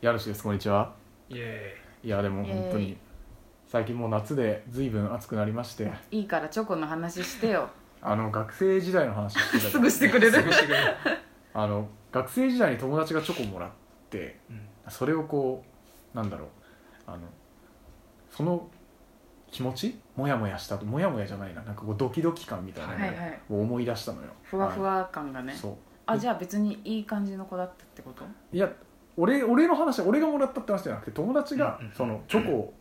やるしですこんにちはイエいやでも本当イエーにイ最近もう夏で随分暑くなりましていいからチョコの話し てよあの学生時代の話してたじゃんすぐしてーくれるすぐしてくれるあの学生時代に友達がチョコもらってうんそれをこうなんだろうあのその気持ちモヤモヤしたとモヤモヤじゃないななんかこうドキドキ感みたいなのはいはをいを思い出したのよふわふはわ感がいねそうあじゃあ別にいい感じの子だったってこといや俺俺の話俺がもらったって話じゃなくて友達がうんうんそのチョコを、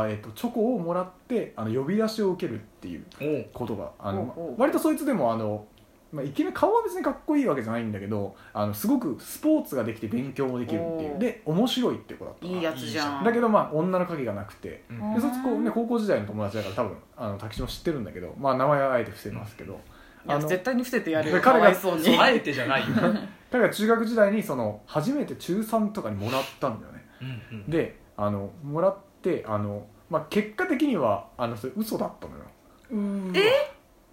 あえっとチョコをもらってあの呼び出しを受けるっていうおうことがあのおうおう割とそいつでもあの、まあ、イケメン顔は別にかっこいいわけじゃないんだけどあのすごくスポーツができて勉強もできるっていおううで面白いって子だったいいなやつじゃんだけどまあ女の影がなくてうんうんでそいつこう、ね、高校時代の友達だから多分あの滝島知ってるんだけど、まあ、名前はあえて伏せますけど、いやあの絶対に伏せてやるよでか彼がわいそうにそうあえてじゃないよ、だから中学時代にその初めて中3とかにもらったんだよねうんうんであのもらってあの、まあ、結果的にはあのそれ嘘だったのよえ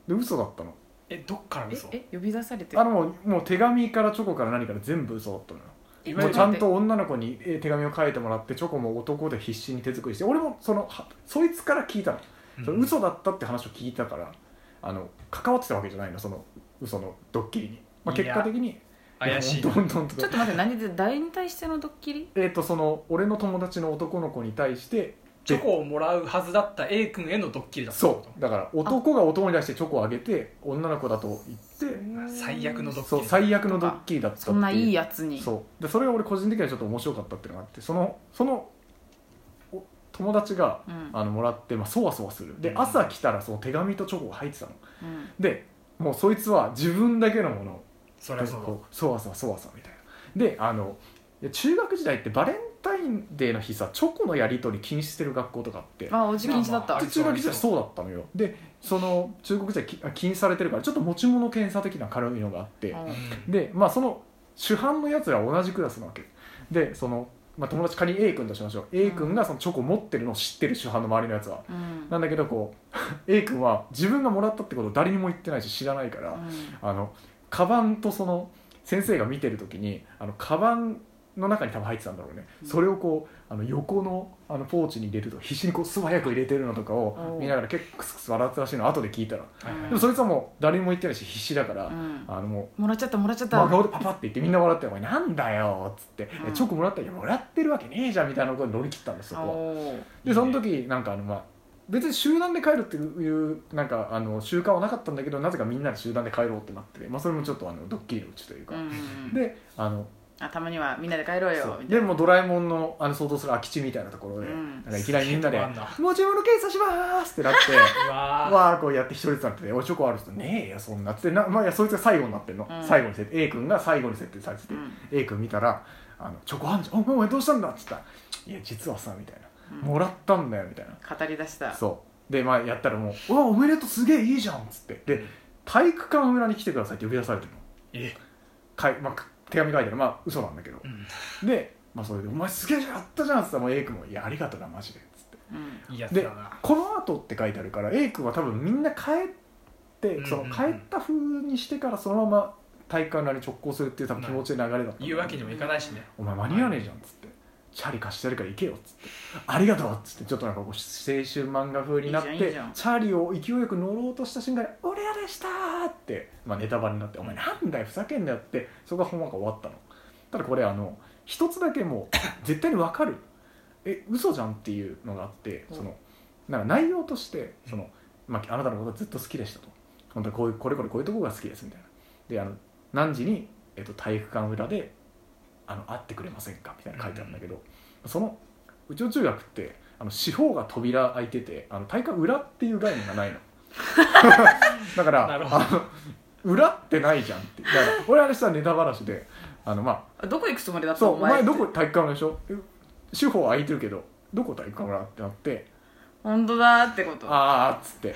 で嘘だったのえどっから嘘ええ呼び出されてあのもうもう手紙からチョコから何から全部嘘だったのよえもうちちゃょっんとと女の子にえ手紙を書いてもらってチョコも男で必死に手作りして俺もそのはそいつから聞いたの、うんその嘘だったって話を聞いたからあの関わってたわけじゃないのその嘘のドッキリに、まあ、いや結果的に怪しいどんどんと待って何で誰に対してのドッキリえっ、とその俺の友達の男の子に対してチョコをもらうはずだった A 君へのドッキリだったってこそうだから男が男に対してチョコをあげて女の子だと言ってと最悪のドッキリそう最悪のドッキリだったっていうそんないいやつにそうでそれが俺個人的にはちょっと面白かったっていうのがあってそのそのお友達がうんあのもらって、まあ、そわそわするで朝来たらその手紙とチョコが入ってたのうんでもうそいつは自分だけのものそりゃそうだこうそわそわそわそわみたいなであのいや中学時代ってバレンタインデーの日さチョコのやり取り禁止してる学校とかあってあおじ禁止だっまあたまで中学時代そうだったのよでその中国時代きあ禁止されてるからちょっと持ち物検査的な軽いのがあって、ううんんでまあその主犯のやつらは同じクラスなわけでその、まあ、友達仮に A 君としましょう A 君がそのチョコ持ってるのを知ってる主犯の周りのやつはうんなんだけどこう A 君は自分がもらったってことを誰にも言ってないし知らないかうら、んあのカバンとその先生が見てる時にあのカバンの中に多分入ってたんだろうね、うんそれをこうあの横のあのポーチに入れると必死にこう素早く入れてるのとかおをう見ながら結構クスクス笑ってたらしいの後で聞いたらはいはいでもそいつはもう誰にも言ってないし必死だから、うんあのもうもらっちゃったもらっちゃった真顔でパパって言ってみんな笑って「お前なんだよ」っつってう「んチョコもらったらいやもらってるわけねえじゃん」みたいなことで乗り切ったんですそこはおーでその時なんかあのまあ別に集団で帰るっていうなんかあの習慣はなかったんだけどなぜかみんなで集団で帰ろうってなってて、まあ、それもちょっとあのドッキリのうちといううか、んであのあたまにはみんなで帰ろうよそうみたでいなもうドラえもんのあの想像する空き地みたいなところで、うんなんかいきなりみんなですげえとこあん「な持ち物検査します!」ってなって。うわーわーこうやって一人ずつなってて「おいチョコある?」って言ってねえよそんな」っつってな、まあ、いやそいつが最後になってんの、うん最後に設定 A 君が最後に設定されてて、うん A 君見たら「あのチョコあんじゃんおお前どうしたんだ」っつったら「いや実はさ」みたいな「うんもらったんだよ」みたいな語り出したそうでまあやったらもう「うわおめでとうすげえいいじゃん」っつってで体育館裏に来てくださいって呼び出されてるのえかい、まあ、手紙書いてるまあ嘘なんだけどうんで、まあ、それで「お前すげえやったじゃん」っつったらもう A 君も「いやありがとうなマジで」っつってうんいいやつだでなこの後って書いてあるから A 君は多分みんな帰って、うんそのうんうん帰った風にしてからそのまま体育館裏に直行するっていう多分気持ちの流れだった言うわけにもいかないしねお前間に合わねえじゃんっつって、チャリ貸してやるから行けよっつってありがとうっつってちょっとなんかこう青春漫画風になっていいじゃんいいじゃんチャリを勢いよく乗ろうとした瞬間に「俺らでした!」って、まあ、ネタバレになって「お前なんだよふざけんなよ」ってそこが本話が終わったのただこれあの一つだけもう 絶対にわかるえ嘘じゃんっていうのがあってそのなんか内容としてその、まあ、あなたのことずっと好きでしたと本当にこういうこれこれこういうとこが好きですみたいなであの何時に、えっと、体育館裏であの会ってくれませんかみたいな書いてあるんだけど、そのうちの中学ってあの四方が扉開いててあの体育館裏っていう概念がない のだからなるほどあの裏ってないじゃんってだから俺あれしたらネタばらしであのまあどこ行くつもりだったそのうお前どってこ体育館裏でしょえ四方空いてるけどどこ体育館裏ってなって本当だってことあーっつって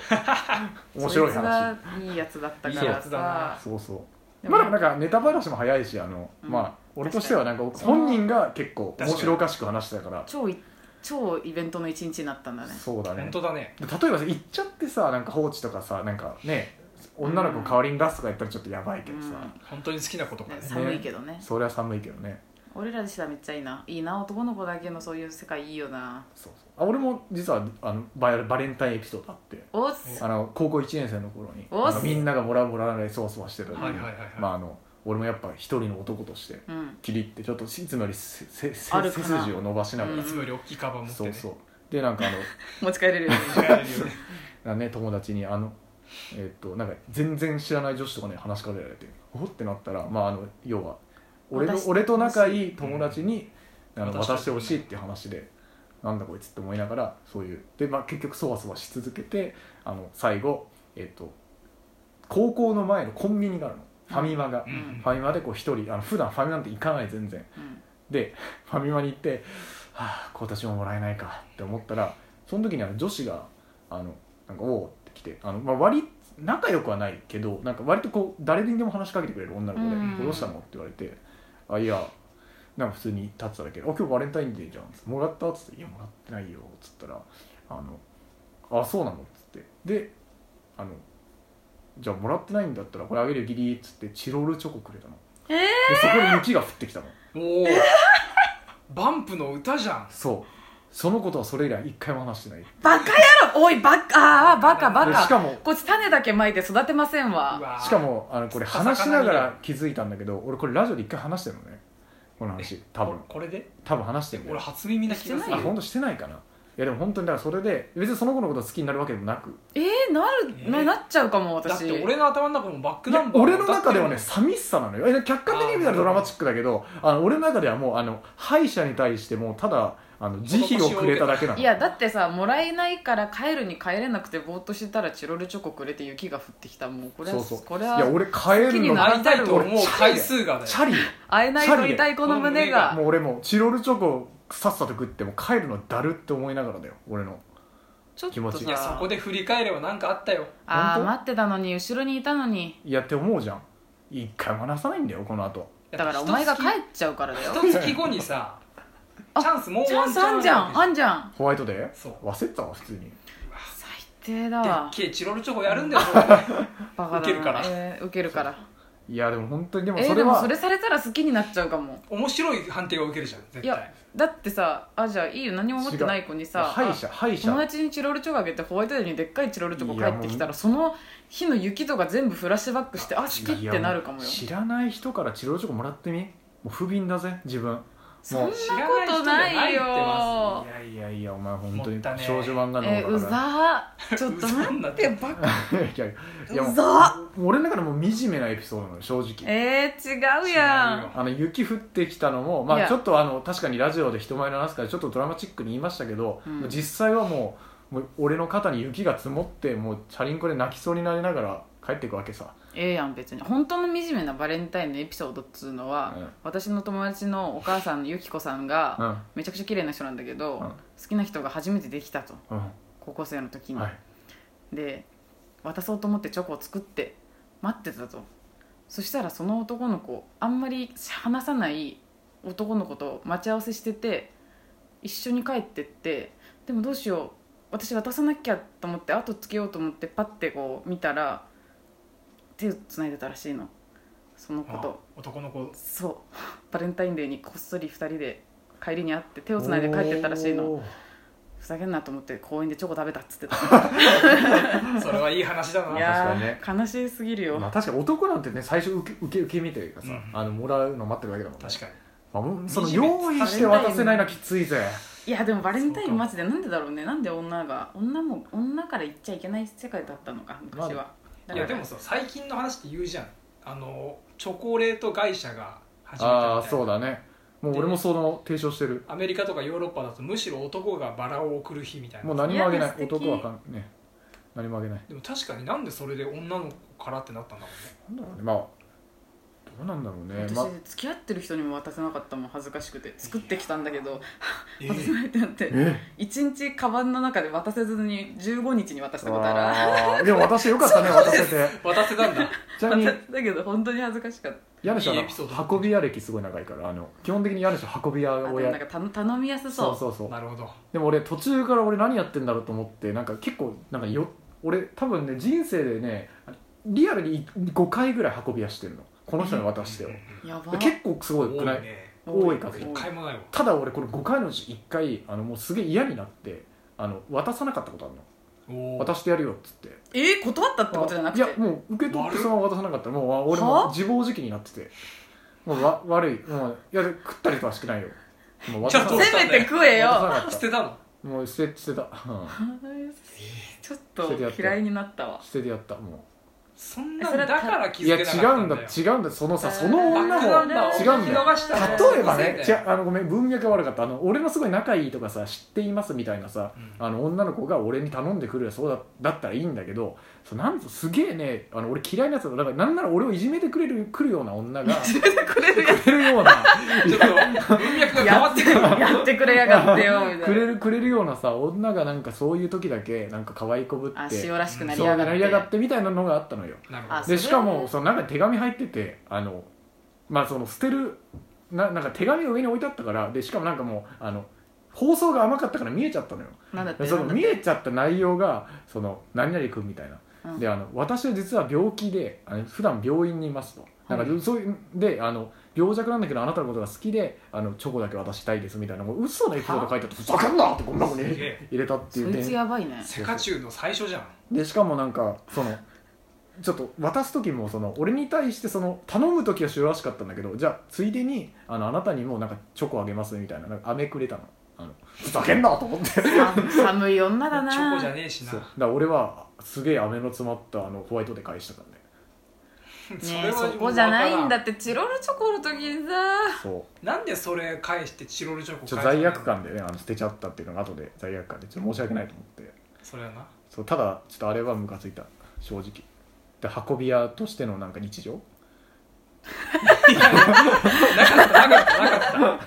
面白い話そいつがいいやつだったかいいらやつだなさそうそうでまもあでもなんかネタばらしも早いしあの、うんまあ俺としてはなんかかに本人が結構確かに面白おかしく話してたから超い超イベントの一日になったんだねそうだね本当だねで例えばさ行っちゃってさなんか放置とかさなんかね女の子代わりに出すとか言ったらちょっとやばいけどさ、うん本当に好きなことかねね寒いけどねそれは寒いけどね俺らでしたらめっちゃいいないいな男の子だけのそういう世界いいよなそうそうあ俺も実はあのバイバレンタインエピソードあっておっあの高校1年生の頃におっあのみんながボラボラでそわそわしてた時にはいはいはいはいまああの俺もやっぱ一人の男としてうんキリってちょっといつもよりせせせある背かな筋を伸ばしながら、うんいつもより大きいカバン持ってそうねそうでなんかあの持ち帰れるよね帰れるよねなんかね友達にあのえっとなんか全然知らない女子とかね話しかけられておってなったらまああの要は俺の私俺と仲いい友達に、うんあの渡渡ししててほしいっていう話でなんだこいつって思いながらそういうでまあ結局そわそわし続けてあの最後えっと高校の前のコンビニがあるのファミマが、うんうんファミマでこう一人あの普段ファミマなんて行かない全然うんでファミマに行って「はあ今年ももらえないか」って思ったらその時にあの女子が「あのなんかおお」って来てあの、まあ、割仲良くはないけどなんか割とこう誰にでも話しかけてくれる女の子でう「んどうしたの?」って言われて「あいやなんか普通に立ってただけで「あ今日バレンタインデーじゃん」つって「もらった?」っつって「いやもらってないよ」っつったら「あのあそうなの?」っつってであのじゃあもらってないんだったらこれあげるよギリっつってチロルチョコくれたのえーでそこで雪が降ってきたのおおバンプの歌じゃんそうそのことはそれ以来一回も話してないバカ野郎おいバカあーバカバでしカかもこっち種だけまいて育てませんうわわーしかもあのこれ話しながら気づいたんだけど俺これラジオで一回話してるのねこの話多分これで多分話してるんだ俺よ初耳な気があするしてないよ本当してないかないやでも本当にだからそれで別にその子のこと好きになるわけでもなくえー、なる、えーななっちゃうかも私だって俺の頭の中もバックいナやンバー俺の中では歌ねって寂しさなのよいや客観的に見たらドラマチックだけどあの俺の中ではもうあの歯医者に対してもうただあの慈悲をくれただけなのいやだってさもらえないから帰るに帰れなくてぼーっとしてたらチロルチョコくれて雪が降ってきたもうこれはそうそういこれはや俺帰好るきにのるの会ながいたいと思う回数がねチャリよ会えないと痛いこの胸がもう俺もうチロルチョコさっさと食っても帰るのだるって思いながらだよ俺のちょっ気持とちいやそさこで振り返れば何かあったよ本ああ当待ってたのに後ろにいたのにいやって思うじゃん一回も話さないんだよこの後だからお前が帰っっちゃうからだよ一月後にさあチャンスもうチャワンンスあんじゃんあんじゃんホワイトデそーう忘れてたわ普通に最低だでっわけえチロルチョコやるん だよそれでバカだなウケるからえーウケるからいやでも本当にでもえそーれでもは、それされたら好きになっちゃうかも面白い判定を受けるじゃん絶いや対だってさあじゃあいいよ何も持ってない子にさ歯医者歯医者友達にチロルチョコあげてホワイトデーにでっかいチロルチョコ帰ってきたいやもらその日の雪とか全部フラッシュバックしてあ好きっいやてなるかもよ知らない人からチロルチョコもらってみもう不憫だぜ自分そんなこ知らない人とじゃないないってまよいやいやいやお前本当もにったね少女漫画のえ方うだかざーちょっと 待ってバカら、 いやいやいやもうざう俺の中でもう惨めなエピソードなのよ正直えー、違うやあの雪降ってきたのも、いまあ、やちょっとあの確かにラジオで人前の話すからちょっとドラマチックに言いましたけど、うん実際はもうもう俺の肩に雪が積もってもうチャリンコで泣きそうになりながら帰っていくわけさんええやん別に本当の惨めなバレンタインのエピソードっつうのは、うん私の友達のお母さんのゆきこさんが、うんめちゃくちゃ綺麗な人なんだけど、うん好きな人が初めてできたとうん高校生の時に、はいで渡そうと思ってチョコを作って待ってたとそしたらその男の子あんまり話さない男の子と待ち合わせしてて一緒に帰ってってでもどうしよう私渡さなきゃと思って後つけようと思ってパッてこう見たら手をつないでたらしいのその子あと男の子そうバレンタインデーにこっそり2人で帰りに会って手をつないで帰ってったらしいのおーふざけんなと思って公園でチョコ食べたっつ ってたそれはいい話だいなや確ー悲しすぎるよ、まあ、確かに男なんてね最初受け受け受け身というかさ、うんあのもらうの待ってるだけだもんね確かにまあもうその惨め用意して渡せないのはきついぜいやでもバレンタイそうンかマジでなんでだろうねなんで女が女も女から言っちゃいけない世界だったのか昔は、まあいやでもさ最近の話って言うじゃんあのチョコレート会社が始めたあみあたいなそうだねもう俺もその提唱してるアメリカとかヨーロッパだとむしろ男がバラを贈る日みたいなもう何もあげないいや素敵男はかんね何もあげないでも確かになんでそれで女の子からってなったんだなんろだろうねまあどうなんだろうね、私まあ、付き合ってる人にも渡せなかったもん恥ずかしくて作ってきたんだけどうね渡せないってなってえ1日カバンの中で渡せずに15日に渡したことあるあーでも私よかったね渡せて 渡せたんだちなみに渡せたけど本当に恥ずかしかった家主いいエピソーはド運び屋歴すごい長いからあの基本的に家主運び屋あでをもやなんか頼頼みやすそそううそうそうなるほどでも俺途中から俺何やってんだろうと思ってなんか結構なんかよ俺多分ね人生でねリアルに5回ぐらい運び屋してるのこの人に渡してようんうんうんやばで結構すごいくない多いね多い確率一回もないわただ俺これ5回のうち1回あのもうすげえ嫌になってあの渡さなかったことあるのおー渡してやるよっつってえー、断ったってことじゃなくいてやもう受け取ってそのまま渡さなかったらもうあ俺はも自暴自棄になっててもうわ悪いもういや食ったりとかしてないよもう渡さなちょかっっとたせめて食えよ渡さなか捨ってたのたもう捨て捨てた、うちょっと嫌いになった わん、捨ててやったもそんなそれだはから気ういやづ違けなかったうんんだだよ違うんだそのさその女バックもナンバーを違うんだよ聞き逃したの例えばねそ違のうあのごめん文脈が悪かったあの俺のすごい仲いいとかさ知っていますみたいなさせいであの女の子が俺に頼んでくるそうだだったらいいんだけどそうなんとすげえねあの俺嫌いなやつだだからなんなら俺をいじめてくれるくるような女が忘れてくれるやくれるよう なうんちょっと文脈が変わってくるつ やってくれやがってよみたくいれなるくれるようなさ女がなんかそういう時だけなんか可愛いこぶってあ塩らしくなりそうやながっりてやがってみたいなのがあったのよなるあほそれではしかもその中に手紙入っててあのまあその捨てるななんか手紙が上に置いてあったからでしかもなんかもうあの放送が甘かったから見えちゃったのよなんだってでそのなんだっ見てえちゃった内容がその何々君みたいな、うんであの私は実は病気であの普段病院にいますとなんかそういうであの病弱なんだけどあなたのことが好きであのチョコだけ渡したいですみたいなもう嘘のエピソード書いてあってふざけんなってこんな子にすげえ入れたっていそういつ点やばいねどセカチュウの最初じゃんでしかもなんかそのちょっと渡す時もその俺に対してその頼む時は塩らしかったんだけどじゃあついでにあのあなたにもなんかチョコあげますみたいななんか飴くれたのあのふざけんなと思って寒寒い女 だなチョコじゃねえしな そうだから俺はすげえ飴の詰まったあのホワイトで返したからねねえはそこじゃないんだもうわかってチロルチョコの時にさそらんなんでそれ返してチロルチョコうちょっ返としたの罪悪感でねあの捨てちゃったっていうのが後で罪悪感でちょっと申し訳ないと思ってそれはな そうただちょっとあれはムカついた正直で運び屋としてのなんか日常なかったなかったなかった